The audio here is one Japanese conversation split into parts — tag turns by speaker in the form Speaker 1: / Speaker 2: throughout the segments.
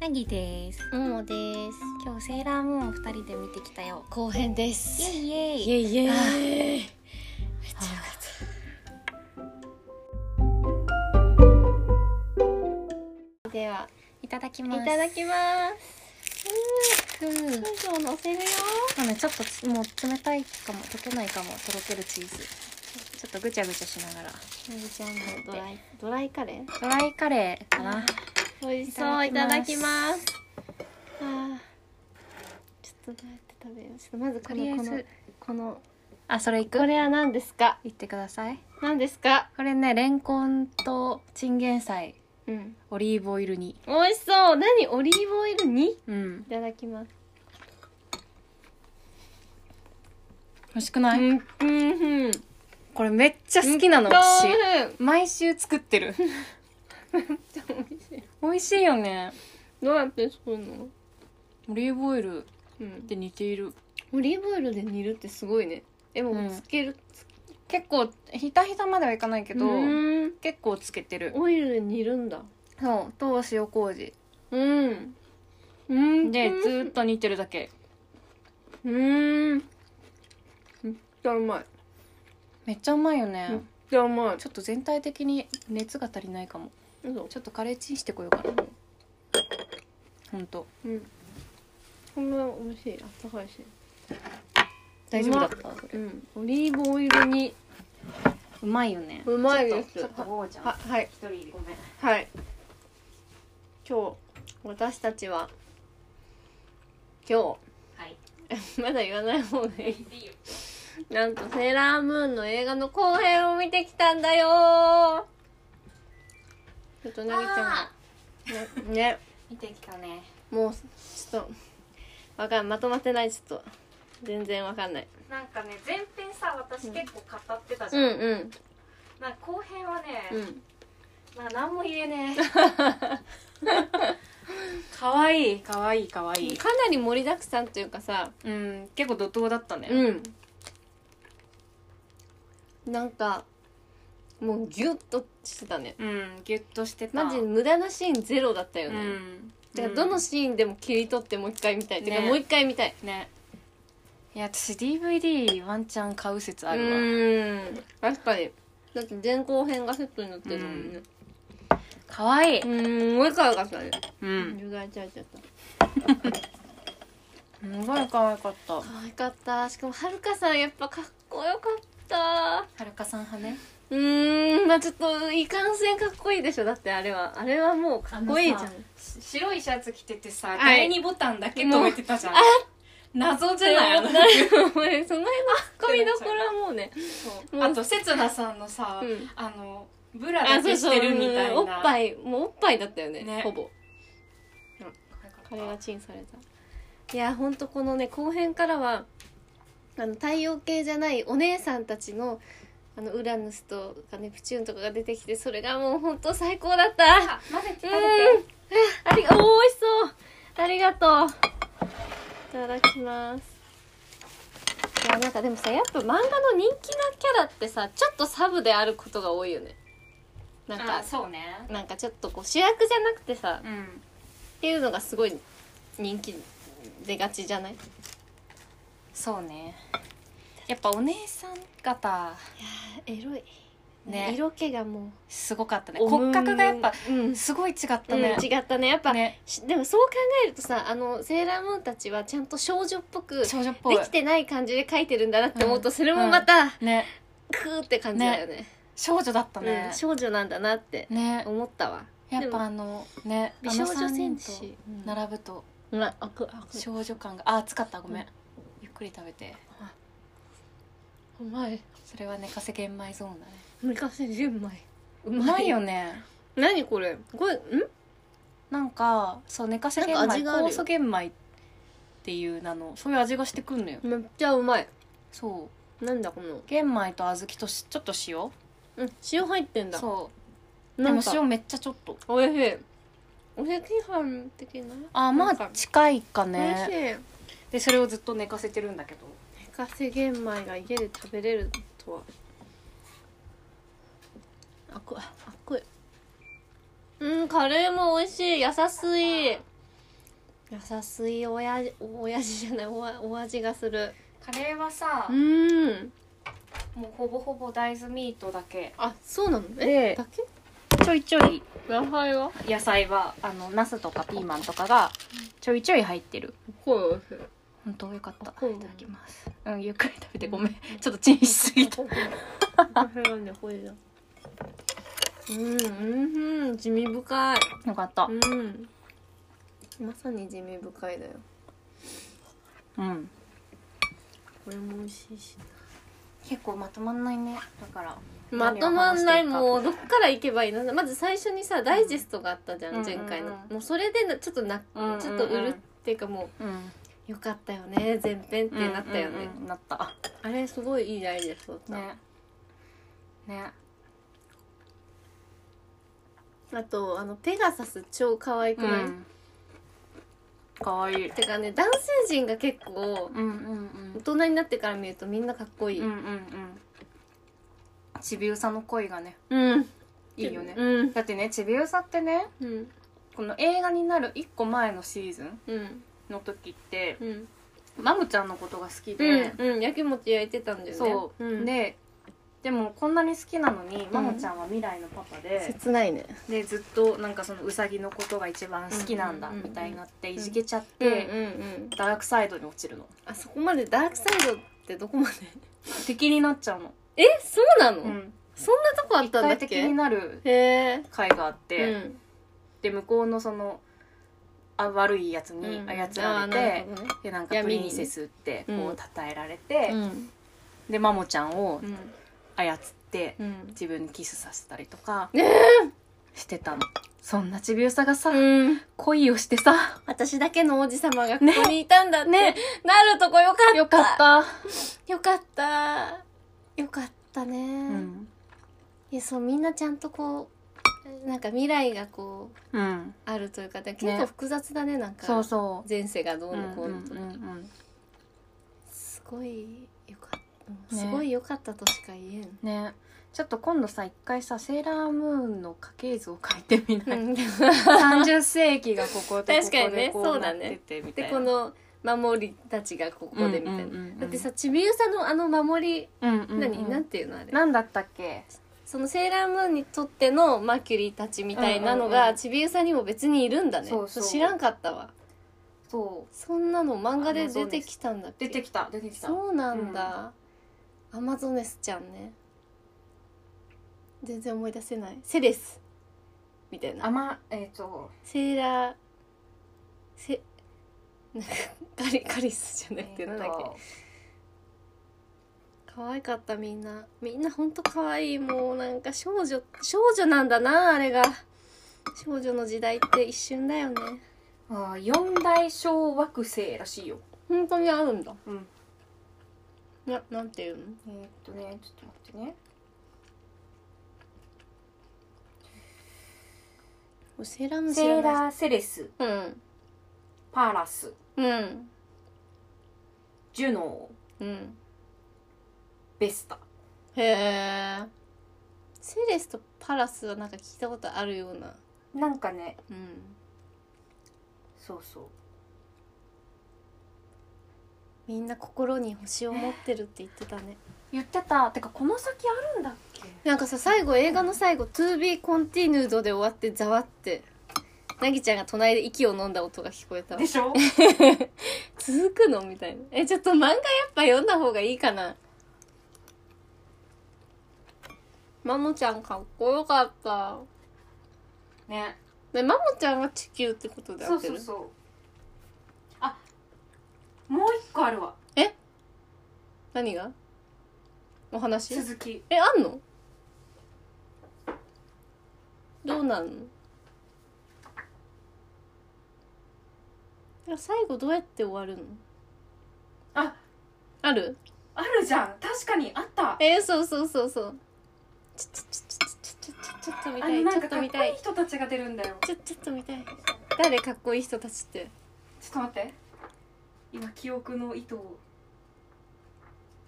Speaker 1: なぎです
Speaker 2: ももです
Speaker 1: 今日セーラームーンを二人で見てきたよ
Speaker 2: 後編です
Speaker 1: イエイイエイ
Speaker 2: イエイイエイめっちゃではい
Speaker 1: ただき
Speaker 2: い
Speaker 1: ます
Speaker 2: ただきます
Speaker 1: ふう
Speaker 2: 少々乗せるよ
Speaker 1: そうねちょっとつもう冷たいかも溶けないかもとろけるチーズちょっとぐちゃぐちゃしながら
Speaker 2: なぎちゃんのドライドライカレー
Speaker 1: ドライカレーかな
Speaker 2: 美味しそうい
Speaker 1: い
Speaker 2: た
Speaker 1: た
Speaker 2: だ
Speaker 1: だ
Speaker 2: き
Speaker 1: き
Speaker 2: ますあーちょっとどうやって食べようちょっとまずこと
Speaker 1: りあ
Speaker 2: の
Speaker 1: え
Speaker 2: この
Speaker 1: ず
Speaker 2: この
Speaker 1: あそれいく
Speaker 2: これは何ですか
Speaker 1: いってください
Speaker 2: 何ですか
Speaker 1: これねレンコンとチンゲン菜
Speaker 2: うん
Speaker 1: オリーブオイル煮
Speaker 2: 美味しそう何オリーブオイルにい
Speaker 1: うん
Speaker 2: ただきます
Speaker 1: 美味しくない、
Speaker 2: んうんうん
Speaker 1: これめっちゃ好きなの私
Speaker 2: 私
Speaker 1: 毎週作ってる 美味しいよね
Speaker 2: どうやって作るの
Speaker 1: オリーブオイル
Speaker 2: うん
Speaker 1: で似ている
Speaker 2: オリーブオイルで煮るってすごいねでも
Speaker 1: うん
Speaker 2: つける
Speaker 1: 結構ひたひたまではいかないけ
Speaker 2: け
Speaker 1: ど
Speaker 2: ど
Speaker 1: 結構つけてる
Speaker 2: オイルで煮るんだ
Speaker 1: そうと塩麹
Speaker 2: うんうん
Speaker 1: でず
Speaker 2: ず
Speaker 1: ーっと煮てるだけ
Speaker 2: うんめっちゃうまい
Speaker 1: めっちゃうまいよね、
Speaker 2: うんじゃあまあ
Speaker 1: ちょっと全体的に熱が足りないかも
Speaker 2: 嘘
Speaker 1: ちょっとカレーチンしてこようかなほんと
Speaker 2: うんこんな美味しいあったかいし
Speaker 1: 大丈夫だったこれ
Speaker 2: うんオリーブオイルに
Speaker 1: うまいよね
Speaker 2: うまいです
Speaker 1: ちょっとちょっとゴーちゃん
Speaker 2: ははい
Speaker 1: 一人ごめん
Speaker 2: はい今日私たちは今
Speaker 1: はい
Speaker 2: 日まだ言わない方がい
Speaker 1: い
Speaker 2: い
Speaker 1: いよ
Speaker 2: なんとセーラームーンの映画の後編を見てきたんだよーちょっとなぎちゃんがねね
Speaker 1: 見てきたね
Speaker 2: もうちょっとわかんまとまってないちょっと全然わかんない
Speaker 1: なんかね前編さ私結構語ってたじ
Speaker 2: う
Speaker 1: ゃ
Speaker 2: ん
Speaker 1: ん、
Speaker 2: うん
Speaker 1: なんか後編はね、
Speaker 2: うん
Speaker 1: まあ何も言え ねえかわいいかわいいかわいい
Speaker 2: かなり盛りだくさんというかさ
Speaker 1: うん結構怒涛だったね
Speaker 2: うんなんかもうギュッとしてたね
Speaker 1: うん、ギュッとしてた
Speaker 2: マジ無駄なシーンゼロだったよ
Speaker 1: う
Speaker 2: ね、
Speaker 1: ん
Speaker 2: だからどのシーンでも切り取ってもう一回見たい、てか
Speaker 1: ね
Speaker 2: もう一回見たい
Speaker 1: ねいや私 DVD ワンチャン買う説あるわ、
Speaker 2: うーん確かにだって前後編がセットになってるもんね
Speaker 1: かわいい
Speaker 2: うんんごい可愛かったね
Speaker 1: う、
Speaker 2: うん油断ちゃいちゃった
Speaker 1: すごい可愛かったは
Speaker 2: 可愛かったしかもはるかさんやっぱかっこよかった
Speaker 1: るかさん派ね
Speaker 2: うーんまあちょっといかんせんかっこいいでしょだってあれはあれはもうかっこいいじゃん
Speaker 1: あのさし白いシャツ着ててさ
Speaker 2: はい
Speaker 1: 第二ボタンだけ止めてたじゃん謎じゃないあの
Speaker 2: もうねその辺のツッコミどころはもうね
Speaker 1: そうあとせつなさんのさ、
Speaker 2: うん
Speaker 1: あのブラだけしてるみたいな
Speaker 2: おっぱいもうおっぱいだったよね
Speaker 1: ね
Speaker 2: ほぼ
Speaker 1: これ
Speaker 2: 彼
Speaker 1: が
Speaker 2: がチンされたいやほんとこのね後編からはあの太陽系じゃないお姉さんたちのあのウラヌスとかネプチューンとかが出てきてそれがもうほんと最高だったうん
Speaker 1: あ混ぜて食べて
Speaker 2: ありがおー美味しそうありがとういただきますいやなんかでもさやっぱ漫画の人気なキャラってさちょっとサブであることが多いよねなん
Speaker 1: あ
Speaker 2: か
Speaker 1: そうね
Speaker 2: なんかちょっとこう主役じゃなくてさ
Speaker 1: うん
Speaker 2: っていうのがすごい人気出がちじゃない
Speaker 1: そうねやっぱお姉さん方
Speaker 2: エロい、
Speaker 1: ね
Speaker 2: 色気がも
Speaker 1: すごかったね
Speaker 2: う
Speaker 1: 骨格がやっぱ、
Speaker 2: うんうん
Speaker 1: すごい違ったね、
Speaker 2: 違ったねやっぱ、
Speaker 1: ね
Speaker 2: しでもそう考えるとさあのセーラームーンたちはちゃんと少女っぽくで
Speaker 1: 少女っぽい
Speaker 2: きてない感じで描いてるんだなって思うと、
Speaker 1: うん
Speaker 2: それもまた、
Speaker 1: ね
Speaker 2: クーって感じだよね
Speaker 1: 少女だった
Speaker 2: う
Speaker 1: ね
Speaker 2: ん、少女なんだなって
Speaker 1: ね
Speaker 2: 思ったわ
Speaker 1: やっ
Speaker 2: でも
Speaker 1: ぱあのね
Speaker 2: 美
Speaker 1: あの
Speaker 2: 少女
Speaker 1: 三人
Speaker 2: 戦士
Speaker 1: と並ぶと
Speaker 2: うんああくあく
Speaker 1: 少女感があ熱かったごめん、
Speaker 2: うん
Speaker 1: ゆっくり食べて
Speaker 2: うまい
Speaker 1: それは寝かせ玄米ゾーンだね
Speaker 2: 寝かせ純米う
Speaker 1: うまいよね
Speaker 2: 何これこれん
Speaker 1: なんかそう寝かせ玄
Speaker 2: なん
Speaker 1: 米
Speaker 2: か味があるよ
Speaker 1: 酵素玄米っていう名のそういう味がしてくんのよ
Speaker 2: めっちゃうまい
Speaker 1: そう
Speaker 2: なんだこの
Speaker 1: 玄米と小豆としちょっと塩
Speaker 2: うん塩入ってんだ
Speaker 1: そううで
Speaker 2: なん
Speaker 1: も
Speaker 2: か
Speaker 1: 塩めっちゃちょっと
Speaker 2: おいしいお赤飯的な
Speaker 1: あまあ近いか
Speaker 2: おいしい
Speaker 1: ね
Speaker 2: 寝
Speaker 1: でそれをずっと寝かせてるんだけど
Speaker 2: かせ玄米が家で食べれるとはあくあくいうんカレーも美味しい優しい優しい親父親父じゃないおわお味がする
Speaker 1: カレーはさ
Speaker 2: うん
Speaker 1: もうほぼほぼ大豆ミートだけ
Speaker 2: あそうなの
Speaker 1: え
Speaker 2: だけ
Speaker 1: ちょいちょい
Speaker 2: 野菜は
Speaker 1: 野菜はあのナスとかピーマンとかがちょいちょい入ってる
Speaker 2: 声をする
Speaker 1: 本当よかったい
Speaker 2: うん
Speaker 1: ただきますうんゆっくり食べてごめんちょっとチンしすぎた
Speaker 2: 私はね声だうんうんうん地味深い
Speaker 1: よかった
Speaker 2: うんまさに地味深いだよ
Speaker 1: うん
Speaker 2: これも美味しいし
Speaker 1: 結構まとまんないねだから
Speaker 2: まとまんない
Speaker 1: 何を話していいか
Speaker 2: もうどっから行けばいいのまず最初にさダイジェストがあったじゃん、
Speaker 1: うん
Speaker 2: 前回の、
Speaker 1: うんうんうん
Speaker 2: もうそれでなちょっとな、
Speaker 1: うんうんうん
Speaker 2: ちょっとうるっていうかも
Speaker 1: うん
Speaker 2: うよかったよね前編ってなったよね、
Speaker 1: うんうんなった
Speaker 2: あれすごいいいダイジェストだった、
Speaker 1: ねね
Speaker 2: あとあのペガサス超可愛く
Speaker 1: う
Speaker 2: ない、
Speaker 1: んかわいい
Speaker 2: てかね男性陣が結構
Speaker 1: うんうん
Speaker 2: 大人になってから見るとみんなかっこい
Speaker 1: うん
Speaker 2: い
Speaker 1: うんうんちびうさの恋がね
Speaker 2: うん
Speaker 1: いいよね
Speaker 2: うん
Speaker 1: だってねちびうさってね
Speaker 2: うん
Speaker 1: この映画になる1個前のシーズン
Speaker 2: うん
Speaker 1: の時って
Speaker 2: うん
Speaker 1: マムちゃんのことが好き
Speaker 2: う
Speaker 1: で、
Speaker 2: んうんやきもち焼いてたんだよね
Speaker 1: そう、
Speaker 2: ん、
Speaker 1: ででもこんなに好きなのにマムちゃんは未来のパパで、
Speaker 2: 切ないね
Speaker 1: でずっとなんかそのウサギのことが一番好きなんだ
Speaker 2: うんうん
Speaker 1: み
Speaker 2: うんうん
Speaker 1: たいになっていじけちゃっ
Speaker 2: うんうん
Speaker 1: て、
Speaker 2: うん
Speaker 1: ダークサイドに落ちるの
Speaker 2: あそこまでダークサイドってどこまで
Speaker 1: 敵になっちゃうの、
Speaker 2: えそうなの、
Speaker 1: うん、
Speaker 2: そんなとこあっ
Speaker 1: 一
Speaker 2: たんだ
Speaker 1: 回
Speaker 2: っけ
Speaker 1: 敵になる
Speaker 2: へえ
Speaker 1: 回があって、
Speaker 2: うん
Speaker 1: で向こうのそのあ悪いやつに
Speaker 2: うん
Speaker 1: 操られて、
Speaker 2: あーなるほどね
Speaker 1: でなんかプ
Speaker 2: 闇に
Speaker 1: リンセスってこ
Speaker 2: うん
Speaker 1: う称えられて、
Speaker 2: うん
Speaker 1: でマモちゃんを
Speaker 2: うん
Speaker 1: 操って
Speaker 2: うん
Speaker 1: 自分にキスさせたりとか
Speaker 2: ね
Speaker 1: してたの、そんなちびうさがさ、
Speaker 2: うん
Speaker 1: 恋をしてさ
Speaker 2: 私だけの王子様がここにいたんだって、なるとこよかった
Speaker 1: よかった、
Speaker 2: よかったよかったね、
Speaker 1: うん
Speaker 2: いやそうみんなちゃんとこうなんか未来がこう
Speaker 1: うん、
Speaker 2: あるというかだから結構複雑だねなんか
Speaker 1: そうそう
Speaker 2: 前世がど
Speaker 1: う
Speaker 2: うの
Speaker 1: ん
Speaker 2: こ
Speaker 1: う
Speaker 2: うん
Speaker 1: う
Speaker 2: のとか、
Speaker 1: ん
Speaker 2: すごいよかった、
Speaker 1: ね
Speaker 2: すごいよかったとしか言
Speaker 1: うんねちょっと今度さ一回さセーラームーンの家系図を書いてみ
Speaker 2: え
Speaker 1: ない、
Speaker 2: ん、 うん、
Speaker 1: 30世紀がこことここで
Speaker 2: 確かにね
Speaker 1: こ
Speaker 2: そう
Speaker 1: な
Speaker 2: だ
Speaker 1: っ
Speaker 2: ね
Speaker 1: ててみたい
Speaker 2: で
Speaker 1: な
Speaker 2: この守りたちがここでみたいな、
Speaker 1: うんうんうんうん
Speaker 2: だってさちびうさのあの守り
Speaker 1: うんうんうん
Speaker 2: 何、なんていうのあれ
Speaker 1: なんだったっけ
Speaker 2: そのセーラームーンにとってのマーキュリーたちみたいな
Speaker 1: う
Speaker 2: の
Speaker 1: んうん
Speaker 2: が
Speaker 1: うん
Speaker 2: ちびうさにも別にいるんだね
Speaker 1: そうそう
Speaker 2: 知らんかったわ
Speaker 1: そ
Speaker 2: そんなの漫画
Speaker 1: あ
Speaker 2: で
Speaker 1: のそう
Speaker 2: 出
Speaker 1: で
Speaker 2: て
Speaker 1: す
Speaker 2: きたんだっ
Speaker 1: う
Speaker 2: け
Speaker 1: 出てきた出てきた
Speaker 2: そうなんだ、アマゾネスちゃんね全然思い出せないセレスみたい
Speaker 1: あ
Speaker 2: な
Speaker 1: まえっ、と
Speaker 2: セーラーセ なんかカリカリスじゃなくてなんだっけ、可愛かったみんなみんなほんと可愛いもうなんか少女少女なんだなあれが少女の時代って一瞬だよね
Speaker 1: あー四大小惑星らしいよ
Speaker 2: 本当にあるんだ
Speaker 1: うん
Speaker 2: ななんていうの
Speaker 1: えーっとねちょっと待ってね
Speaker 2: セーラームーン知
Speaker 1: セ
Speaker 2: ら
Speaker 1: ー
Speaker 2: ない
Speaker 1: ラーセレス
Speaker 2: うん
Speaker 1: パラス
Speaker 2: うん
Speaker 1: ジュノー
Speaker 2: うん
Speaker 1: ベスタ
Speaker 2: へえセレスとパラスはなんか聞いたことあるような
Speaker 1: なんかね
Speaker 2: うん
Speaker 1: そうそう
Speaker 2: みんな心に星を持ってるって言ってたね
Speaker 1: 言ってたてかこの先あるんだっけ
Speaker 2: なんかさ最後映画の最後「To be continued」で終わってざわってなぎちゃんが隣で息を飲んだ音が聞こえたわ
Speaker 1: でしょ
Speaker 2: 続くのみたいなえちょっと漫画やっぱ読んだ方がいいかなマモちゃんかっこよかった
Speaker 1: ね
Speaker 2: でマモちゃんが地球ってことで合
Speaker 1: そう
Speaker 2: って
Speaker 1: そ
Speaker 2: る
Speaker 1: うそうあもう一個あるわ
Speaker 2: 何がお話
Speaker 1: 続き
Speaker 2: えあんのどうなんのいや最後どうやって終わるの
Speaker 1: あ
Speaker 2: ある
Speaker 1: あるじゃん確かにあった
Speaker 2: えー、そうそうそうそうちょちょちょちょちょちょちょちょっと見
Speaker 1: あ
Speaker 2: た
Speaker 1: の
Speaker 2: い
Speaker 1: な
Speaker 2: ち
Speaker 1: ん
Speaker 2: ょ
Speaker 1: か
Speaker 2: っと
Speaker 1: かっ
Speaker 2: 見
Speaker 1: こ
Speaker 2: た
Speaker 1: いい
Speaker 2: い
Speaker 1: 人たちが出るんだよ
Speaker 2: ちょちょっと見たい誰かっこいい人たちって
Speaker 1: ちょっと待って今記憶の糸を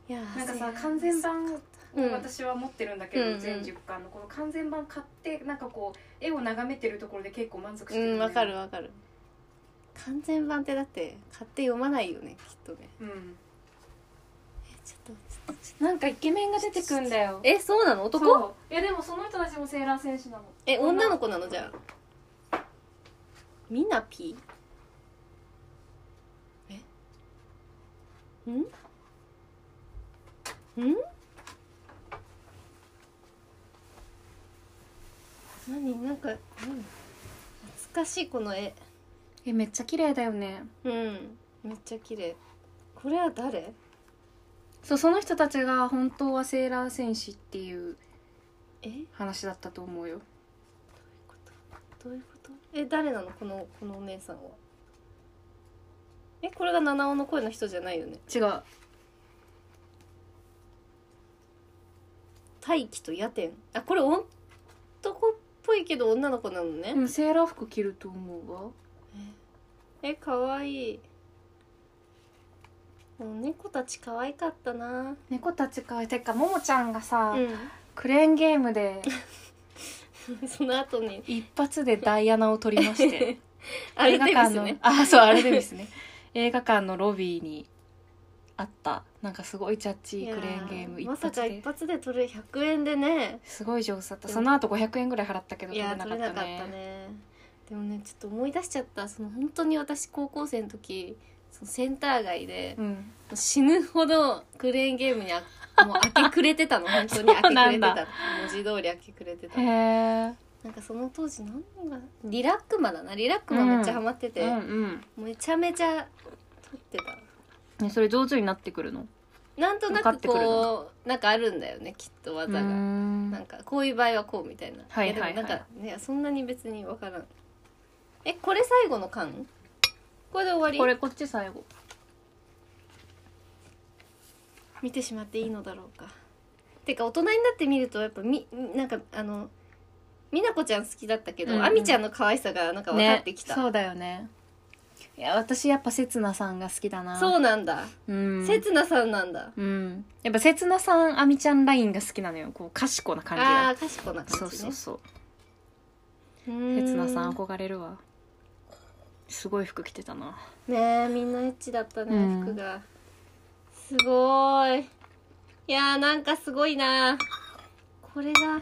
Speaker 2: いや
Speaker 1: なんかさ
Speaker 2: せ
Speaker 1: 完全版を
Speaker 2: うん
Speaker 1: 私は持ってるんだけど、
Speaker 2: うんうん
Speaker 1: 全10巻のこの完全版買ってなんかこう絵を眺めてるところで結構満足して
Speaker 2: うん
Speaker 1: の
Speaker 2: わ
Speaker 1: ね
Speaker 2: かるわかる完全版ってだって買って読まないよねきっとね
Speaker 3: うん
Speaker 2: ちょっと
Speaker 3: なんかイケメンが出てくんだよ
Speaker 2: えそうなの男
Speaker 3: そういやでもその人たちもセーラー戦士なの
Speaker 2: え女の子なのじゃあミナピえんん何なんか、うん、懐かしいこの絵
Speaker 1: えめっちゃ綺麗だよね
Speaker 2: うんめっちゃ綺麗これは誰
Speaker 1: そうその人たちが本当はセーラー戦士っていう
Speaker 2: え
Speaker 1: 話だったと思うよ
Speaker 2: どういうことえ誰なのこのこのお姉さんはえこれが七尾の声の人じゃないよね
Speaker 1: 違う
Speaker 2: 大気と夜天あこれ男っぽいけど女の子なのね、
Speaker 1: うんセーラー服着ると思うわ
Speaker 2: えかわいいもう猫たち可愛かったな
Speaker 1: 猫たちかてかももちゃんがさ、
Speaker 2: う
Speaker 1: クレーンゲームで
Speaker 2: ん その後に
Speaker 1: 一発でダイアナを取りまして
Speaker 2: あれでです
Speaker 1: の
Speaker 2: ね
Speaker 1: あそうあれでですね映画館のロビーにあったなんかすごいジャッチ
Speaker 2: い
Speaker 1: ー
Speaker 2: や
Speaker 1: クレーンゲーム一
Speaker 2: まさ
Speaker 1: 発
Speaker 2: か
Speaker 1: で
Speaker 2: 一発で取れる100円でね
Speaker 1: すごい上手だったその後500円ぐらい払ったけど
Speaker 2: い
Speaker 1: 取れ
Speaker 2: や
Speaker 1: な
Speaker 2: 取
Speaker 1: か
Speaker 2: れ
Speaker 1: っ
Speaker 2: な
Speaker 1: た
Speaker 2: かった
Speaker 1: ね
Speaker 2: ねでもねちょっと思い出しちゃったその本当に私高校生の時そのセンター街で
Speaker 1: うん
Speaker 2: 死ぬほどクレーンゲームにあもう明け暮れてたの本当に明け暮れてた
Speaker 1: そうなんだ
Speaker 2: 文字通り明け暮れてた
Speaker 1: へえ
Speaker 2: なんかその当時何がリラックマだなリラックマめっちゃハマってて、
Speaker 1: うんうん
Speaker 2: めちゃめちゃ撮ってた
Speaker 1: ねそれ上手になってくるの
Speaker 2: なんとな
Speaker 1: 分かっ
Speaker 2: く
Speaker 1: てくる
Speaker 2: こうなんかあるんだよねきっと技が、
Speaker 1: うーん
Speaker 2: なんかこういう場合はこうみたいな、
Speaker 1: はいはいはい
Speaker 2: やでもなんかねそんなに別に分からんえこれ最後の巻これで終わり
Speaker 1: これこっち最後
Speaker 2: 見てしまっていいのだろうかてか大人になってみるとやっぱみなんかあの美奈子ちゃん好きだったけど、
Speaker 1: うんうん
Speaker 2: あみちゃんの可愛さがなんか分かってきた、
Speaker 1: ね、そうだよねいや私やっぱ刹那さんが好きだな
Speaker 2: そうなんだ
Speaker 1: うん
Speaker 2: 刹那、さんなんだ
Speaker 1: うんやっぱ刹那さんあみちゃんラインが好きなのよこう賢な感じ
Speaker 2: あ
Speaker 1: が
Speaker 2: あー賢な感じね
Speaker 1: そうそうそう
Speaker 2: うーん
Speaker 1: 刹那さん憧れるわすごい服着てたな
Speaker 2: ねえみんなエッチだったね、
Speaker 1: うん
Speaker 2: 服がすごーいいやーなんかすごいなこれが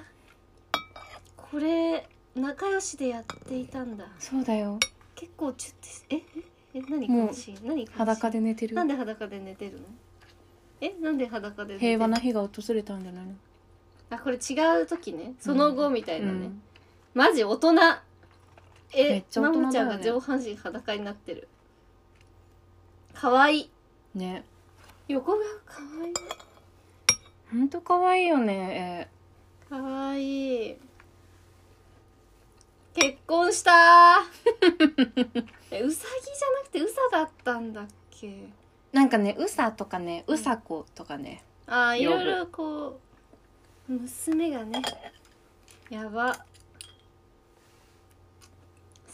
Speaker 2: これ仲良しでやっていたんだ
Speaker 1: そうだよ
Speaker 2: 結構ちょっとえええ何
Speaker 1: もう
Speaker 2: このシーン何このシーン
Speaker 1: 裸で寝てる
Speaker 2: なんで裸で寝てるのえなんで裸で寝てる
Speaker 1: 平和な日が訪れたんじゃないの
Speaker 2: あこれ違う時ねその後みたいなね、
Speaker 1: うん
Speaker 2: マジ大人え
Speaker 1: めっちゃ大人だよ
Speaker 2: マ
Speaker 1: ね
Speaker 2: モちゃんが上半身裸になってるかわいい
Speaker 1: ね
Speaker 2: 横がかわいい
Speaker 1: ほんと可愛いよね
Speaker 2: かわいい結婚したー えうさぎじゃなくてうさだったんだっけ
Speaker 1: えなんかねうさとかねうさことかね
Speaker 2: あーい
Speaker 1: 呼ぶ
Speaker 2: ろいろこう娘がねやば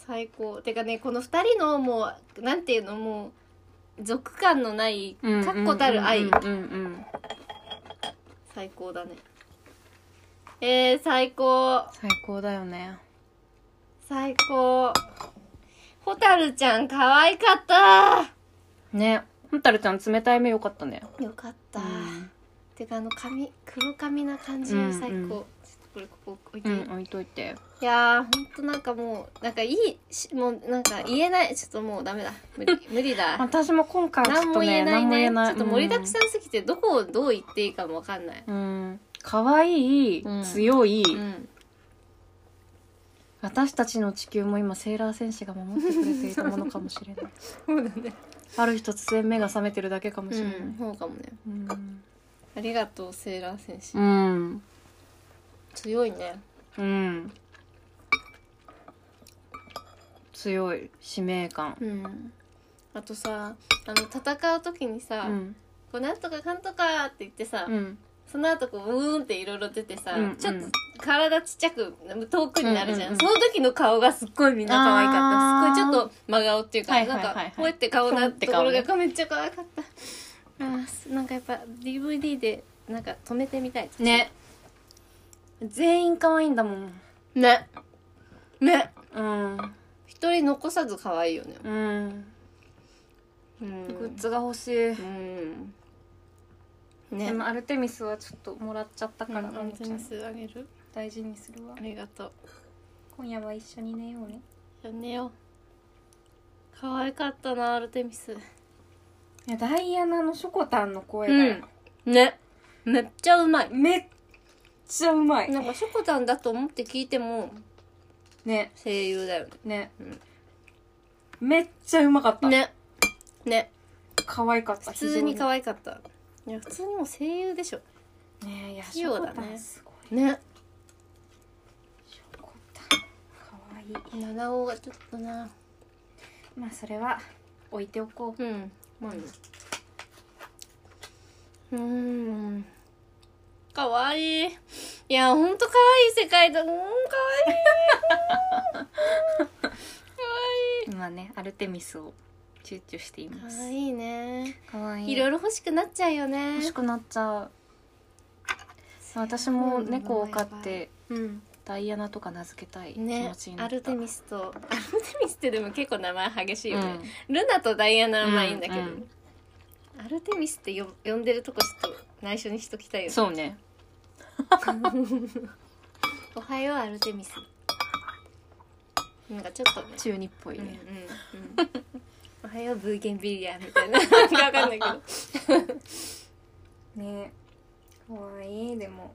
Speaker 2: 最高てかねこの2人のもうなんていうのもう俗感のない確固たる愛、
Speaker 1: うんうんうん
Speaker 2: 最高だねえー、最高
Speaker 1: 最高だよね
Speaker 2: 最高ホタルちゃん可愛かった
Speaker 1: ねほんたるちゃん冷たい目よかったね
Speaker 2: よかった、
Speaker 1: うん
Speaker 2: てかあの髪黒髪な感じ
Speaker 1: うん
Speaker 2: 最高、
Speaker 1: うん
Speaker 2: ちょっとこれここ置いて、
Speaker 1: うん置いといて
Speaker 2: いやーほんとなんかもうなんかいいしもうなんか言えないちょっともうダメだ 無理無理だ
Speaker 1: 私も今回はち
Speaker 2: 何
Speaker 1: ょっ
Speaker 2: も
Speaker 1: と
Speaker 2: 言え
Speaker 1: ね
Speaker 2: な
Speaker 1: 何
Speaker 2: い
Speaker 1: も言
Speaker 2: ね
Speaker 1: えない
Speaker 2: ちょっと盛りだくさんすぎてどこをどう言っていいかもわかんない
Speaker 1: うん可愛い、
Speaker 2: うん
Speaker 1: 強い、
Speaker 2: うん
Speaker 1: 私たちの地球も今セーラー戦士が守ってくれていたものかもしれない
Speaker 2: そうだね
Speaker 1: ある日突然目が覚めてるだけかも
Speaker 2: う
Speaker 1: しれない
Speaker 2: んそうかもね
Speaker 1: うん
Speaker 2: ありがとうセーラー戦士
Speaker 1: うん、
Speaker 2: 強いね
Speaker 1: うん、強い使命感
Speaker 2: うんあとさあの戦う時にさ、
Speaker 1: うん
Speaker 2: こうなんとかかんとかって言ってさ、
Speaker 1: うん
Speaker 2: その後こううーんっていろいろ出てさ、
Speaker 1: うんうん
Speaker 2: ちょっと体ちっちゃく遠くになるじゃん,、
Speaker 1: うんうんうん
Speaker 2: その時の顔がすっごいみんな可愛かったすっ
Speaker 1: あー
Speaker 2: ごいちょっと真顔っていうか、
Speaker 1: はいはいはいはい
Speaker 2: なんかこうやって顔なところ
Speaker 1: ふんって
Speaker 2: がめっちゃ可愛かったあーすなんかやっぱ DVD でなんか止めてみたい
Speaker 1: ね全員可愛いんだもん
Speaker 2: ねね
Speaker 1: うん
Speaker 2: 一一人残さず可愛いよね
Speaker 4: うん
Speaker 2: うん
Speaker 4: グッズが欲しい、
Speaker 2: うん
Speaker 1: で
Speaker 2: ね
Speaker 1: もアルテミスはちょっともらっちゃったから、
Speaker 2: ア
Speaker 1: な
Speaker 2: ル
Speaker 1: み
Speaker 2: テ
Speaker 1: ちゃん
Speaker 2: ミスあげる
Speaker 1: 大事にするわ
Speaker 2: ありがとう
Speaker 1: 今夜は一緒に寝ようね
Speaker 2: じゃあ寝よう可愛かったなアルテミス
Speaker 1: いやダイアナのショコタンの声
Speaker 2: うんねめっちゃうまい
Speaker 1: めっちゃうま
Speaker 2: なんかしょこたんだと思って聞いても
Speaker 1: ね
Speaker 2: 声優だよ
Speaker 1: ね、
Speaker 2: うん
Speaker 1: めっちゃうまかった、
Speaker 2: ねねね
Speaker 1: 可愛かった
Speaker 2: 普通に可
Speaker 1: 愛
Speaker 2: 愛かったいや普通にもう声優でしょ
Speaker 1: いねえいや
Speaker 2: 器
Speaker 1: ショ
Speaker 2: 用
Speaker 1: コ
Speaker 2: だね
Speaker 1: タンすごい
Speaker 2: ね
Speaker 1: ショコタン可愛い
Speaker 2: 七尾がちょっとな
Speaker 1: まあそれは置いておこう
Speaker 2: うんまあねうーんかわいいいやほんとかわいい世界だうーんかわいいか
Speaker 4: 今ねアルテミスを躊躇してい
Speaker 2: わいいか
Speaker 4: ま
Speaker 2: わ
Speaker 4: す
Speaker 2: いいね
Speaker 4: かわい
Speaker 2: いろいろ欲しくなっちゃうよね
Speaker 4: 欲しくなっちゃう私も猫を飼って
Speaker 2: うん
Speaker 4: ダイアナとか名付けたい気
Speaker 2: ね
Speaker 4: 持ちにな
Speaker 2: ア
Speaker 4: った、
Speaker 2: ルテミスとアルテミスってでも結構名前激しいよね、
Speaker 4: う
Speaker 2: ルナとダイアナはまあいいんだけど、
Speaker 4: うんうん
Speaker 2: アルテミスってよ呼んでるとこちょっと内緒にしときたいよ
Speaker 4: ん
Speaker 2: ね
Speaker 4: そうね
Speaker 2: おはようアルテミスなんかちょっとね
Speaker 4: 中二っぽい
Speaker 2: うんうん
Speaker 4: ね、
Speaker 2: うんおはようブーゲンビリアみたいななんかわかんないけど
Speaker 1: ね可愛いでも、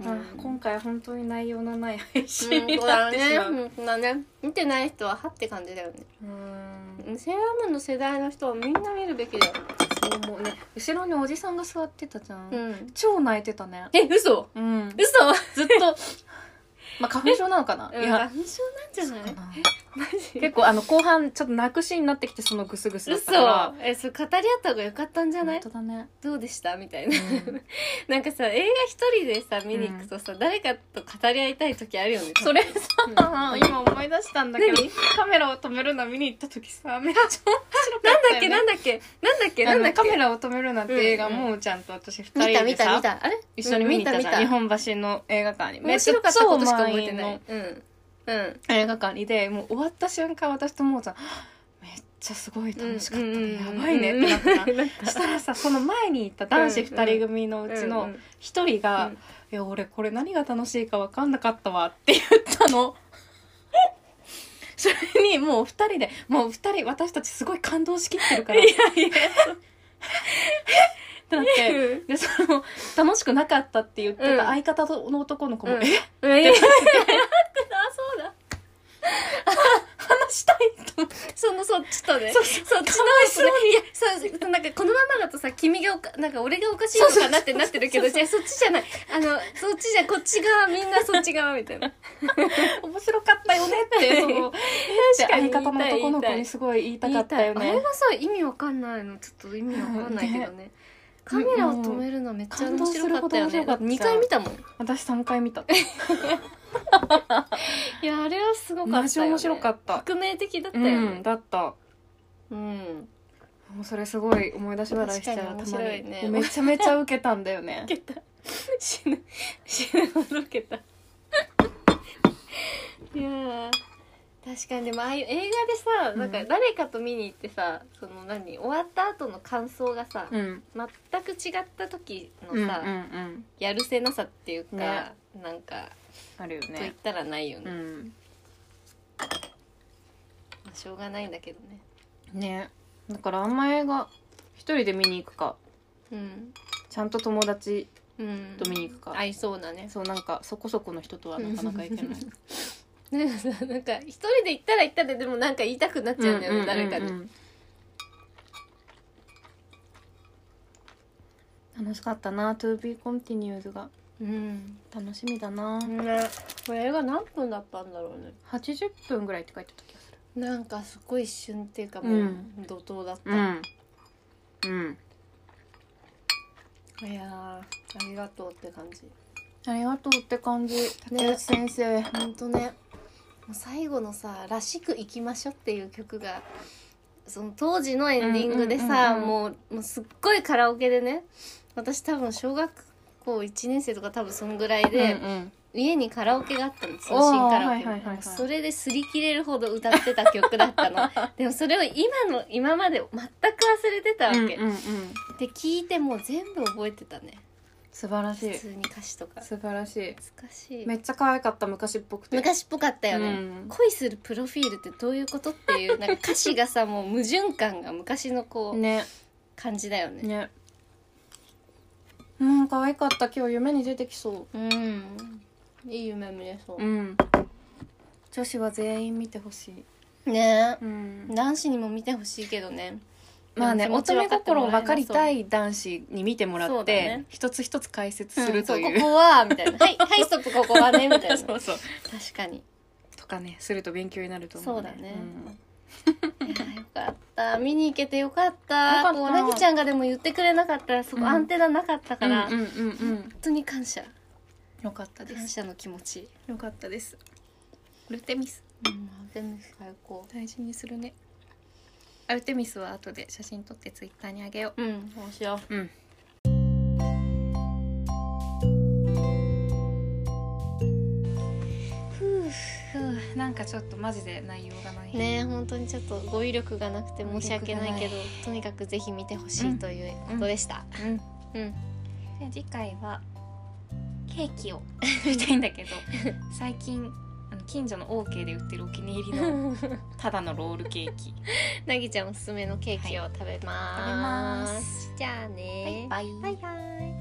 Speaker 2: う
Speaker 1: あ
Speaker 2: ん
Speaker 1: 今回本当に内容のない配信
Speaker 2: うん
Speaker 1: に
Speaker 2: そう
Speaker 1: な
Speaker 2: だ
Speaker 1: ってし
Speaker 2: ね
Speaker 1: まう、
Speaker 2: うんそうだね見てない人ははって感じだよね
Speaker 1: うーん
Speaker 2: うんセーラームーンの世代の人はみんな見るべきだよ
Speaker 1: そう思うね
Speaker 4: 後ろにおじさんが座ってたじゃん、
Speaker 2: うん
Speaker 4: 超泣いてたね
Speaker 2: え嘘
Speaker 4: うんずっ
Speaker 2: 嘘
Speaker 4: と まあ花粉症なのかな、
Speaker 2: うん
Speaker 4: い
Speaker 2: 花
Speaker 4: や
Speaker 2: 粉症なんじゃないマジ
Speaker 4: 結構あの後半ちょっと泣くシーンになってきてそのグスグスだったから
Speaker 2: 嘘えそう語り合った方が良かったんじゃない
Speaker 4: 本当だね、
Speaker 2: どうでしたみたいな
Speaker 4: うん
Speaker 2: なんかさ映画一人でさ見に行くとさ、誰かと語り合いたい時あるよね
Speaker 4: それ
Speaker 2: うん
Speaker 1: あー今思い出したんだけど
Speaker 2: 何
Speaker 1: カメラを止めるな見に行った時さめっちゃ面白かった
Speaker 2: なんだっ
Speaker 1: よね
Speaker 2: けなんだっけなんだっけなん
Speaker 1: あ
Speaker 2: だっ
Speaker 1: のカメ
Speaker 2: け
Speaker 1: ラを止めるなって映画
Speaker 2: うんうん
Speaker 1: もちゃんと私二
Speaker 2: 見た
Speaker 1: 人
Speaker 2: 見
Speaker 1: で
Speaker 2: た
Speaker 1: さ
Speaker 2: 見たあれ
Speaker 1: 一緒に見に行ったじゃん
Speaker 2: うん
Speaker 1: 日
Speaker 2: 見た
Speaker 1: 本橋の映画館に
Speaker 2: 面白かったことしか覚えてな
Speaker 1: めっ
Speaker 2: い
Speaker 1: ち
Speaker 2: うんうん
Speaker 1: ゃ超満員の映画館にでもう終わった瞬間私ともうさんめっちゃすごい楽しかったねやばいねってなったな
Speaker 2: なっ
Speaker 1: したらさその前に行った男子二人組のうちの一人が「
Speaker 2: うん
Speaker 1: いや俺これ何が楽しいか分かんなかったわ」って言ったの。それにもう二人でもう二人私たちすごい感動しきってるからってなってでその楽しくなかったって言って
Speaker 2: うん
Speaker 1: た相方の男の子も「
Speaker 2: うん
Speaker 1: え
Speaker 2: うん いやいやいやあそうだ
Speaker 1: 話したい」と思って
Speaker 2: そのそっちとね
Speaker 1: そう
Speaker 2: そっちのそのいやそうなんかこのままだとさ君がおかなんか俺がおかしいのかなってなってるけどじゃあそっちじゃないあのそっちじゃこっち側みんなそっち側みたい な
Speaker 1: 面白かったよねってその
Speaker 2: 確かに
Speaker 1: 相
Speaker 2: 言いたい
Speaker 1: 方の男の子にすごい言いたかったよ
Speaker 2: あれ
Speaker 1: ね
Speaker 2: がさ意味わかんないのちょっと意味わかんないけどねカメラを止めるのめっちゃ面白かったよ
Speaker 1: もう感動するほど面白
Speaker 2: ね
Speaker 1: かった
Speaker 2: 二回見たもん
Speaker 1: 私3回見た
Speaker 2: いやあれはすごか
Speaker 1: マ
Speaker 2: った
Speaker 1: ジ
Speaker 2: よ、ね、
Speaker 1: 面白か
Speaker 2: っ
Speaker 1: った
Speaker 2: 革命的だったよ
Speaker 1: う
Speaker 2: ね
Speaker 1: んだった
Speaker 2: うん
Speaker 1: もうそれすごい思い出し笑いしちゃうたま
Speaker 2: 確かに面白い
Speaker 1: に、
Speaker 2: ね
Speaker 1: めちゃめちゃ受けたんだよ ね
Speaker 2: けた死ぬ 死ぬほどけたい やー確かにでもああいう映画でさ、
Speaker 1: うん
Speaker 2: なんか誰かと見に行ってさその何終わった後の感想がさ、
Speaker 1: うん
Speaker 2: 全く違った時の
Speaker 1: うんうんう
Speaker 2: さ、
Speaker 1: ん
Speaker 2: やるせなさっていうか、
Speaker 1: ね
Speaker 2: なんか
Speaker 1: あるよ
Speaker 2: と言っ
Speaker 1: ね
Speaker 2: たらないよね、
Speaker 1: うん
Speaker 2: まあしょうがないんだけどね
Speaker 1: ねだからあんま映画一人で見に行くか
Speaker 2: うん
Speaker 1: ちゃんと友達
Speaker 2: うん
Speaker 1: と見に行くか
Speaker 2: 合いそうなね
Speaker 1: そうなんかそこそこの人とはなかなか行けない
Speaker 2: なんかさなんか一人で行ったら行ったででもなんか言いたくなっちゃうんだよね、誰かに
Speaker 1: 楽しかったな To be continued が
Speaker 2: うん、
Speaker 1: 楽しみだな
Speaker 2: ねこれ映画何分だったんだろうね
Speaker 1: 80分ぐらいって書いてた気がする
Speaker 2: なんかすごい一瞬っていうかも
Speaker 1: う
Speaker 2: うん怒涛だった、
Speaker 1: んうん
Speaker 2: いやーありがとうって感じ
Speaker 1: ありがとうって感じ竹内先生
Speaker 2: ほんとねもう最後のさ「らしくいきましょう」っていう曲がその当時のエンディングでさ、
Speaker 1: うんうんうんうん
Speaker 2: もうもうすっごいカラオケでね私多分小学校1年生とか多分そのぐらいで、
Speaker 1: うん
Speaker 2: 家にカラオケがあったの通信カラオケみたいな、
Speaker 1: おーはいはいはいはい
Speaker 2: それですり切れるほど歌ってた曲だったのでもそれを今の今まで全く忘れてたわけ、
Speaker 1: うんうんうん
Speaker 2: で聞いてもう全部覚えてたね
Speaker 1: 素晴らし
Speaker 2: 普
Speaker 1: い
Speaker 2: 通に歌詞とか
Speaker 1: 素晴らしい
Speaker 2: 懐かしい
Speaker 1: めっちゃ可愛かった昔っぽくて
Speaker 2: 昔っぽかったよね、
Speaker 1: うん
Speaker 2: 恋するプロフィールってどういうことっていうなんか歌詞がさもう矛盾感が昔のこう、
Speaker 1: ね
Speaker 2: 感じだよね
Speaker 1: ねうん可愛かった今日夢に出てきそ
Speaker 2: うんいい夢見れそ
Speaker 1: う
Speaker 2: う
Speaker 1: ん女子は全員見てほしい、
Speaker 2: うね
Speaker 1: うん、
Speaker 2: 男子にも見てほしいけどね
Speaker 1: まあね
Speaker 2: でも気
Speaker 1: 乙女
Speaker 2: 持ち分かって
Speaker 1: 心
Speaker 2: も
Speaker 1: を
Speaker 2: らえなそう
Speaker 1: 分かりたい男子に見てもら
Speaker 2: そう
Speaker 1: っ
Speaker 2: だ
Speaker 1: て、
Speaker 2: ね
Speaker 1: 一つ一つ解説するとい
Speaker 2: ん
Speaker 1: う,、
Speaker 2: そうここはみたいな「はいはいストップここ はね」みたいな
Speaker 1: そうそう
Speaker 2: 確かに
Speaker 1: とかねすると勉強になると思う、
Speaker 2: そうだね
Speaker 1: ん
Speaker 2: いやよかった見に行けてよかった
Speaker 1: よかった
Speaker 2: こうなぎちゃんがでも言ってくれなかったらそこ
Speaker 1: うん
Speaker 2: アンテナなかったから、
Speaker 1: うんうんうんうん
Speaker 2: 本当に感謝
Speaker 1: よかったで
Speaker 2: 感
Speaker 1: す
Speaker 2: 謝の気持ち
Speaker 1: よかったですルテミス
Speaker 2: うんでも最高
Speaker 1: 大事にするねアルテミスは後で写真撮ってツイッターにあげよ
Speaker 2: うんそうしよう
Speaker 1: ううん
Speaker 2: ふ
Speaker 1: ふうなんかちょっとマジで内容がない、
Speaker 2: うねえ本当にちょっと語彙力がなくて申し訳ないけどとにかくぜひ見てほしいということでした、
Speaker 1: うん
Speaker 2: うん
Speaker 1: で次回はケーキを売りたいんだけど最近あの近所のオーケーで売ってるお気に入り のただのロールケーキ食
Speaker 2: なぎちゃんおすすめのケーキを食べま、
Speaker 1: べますす
Speaker 2: じゃあね
Speaker 1: バイバイ
Speaker 2: バイバイ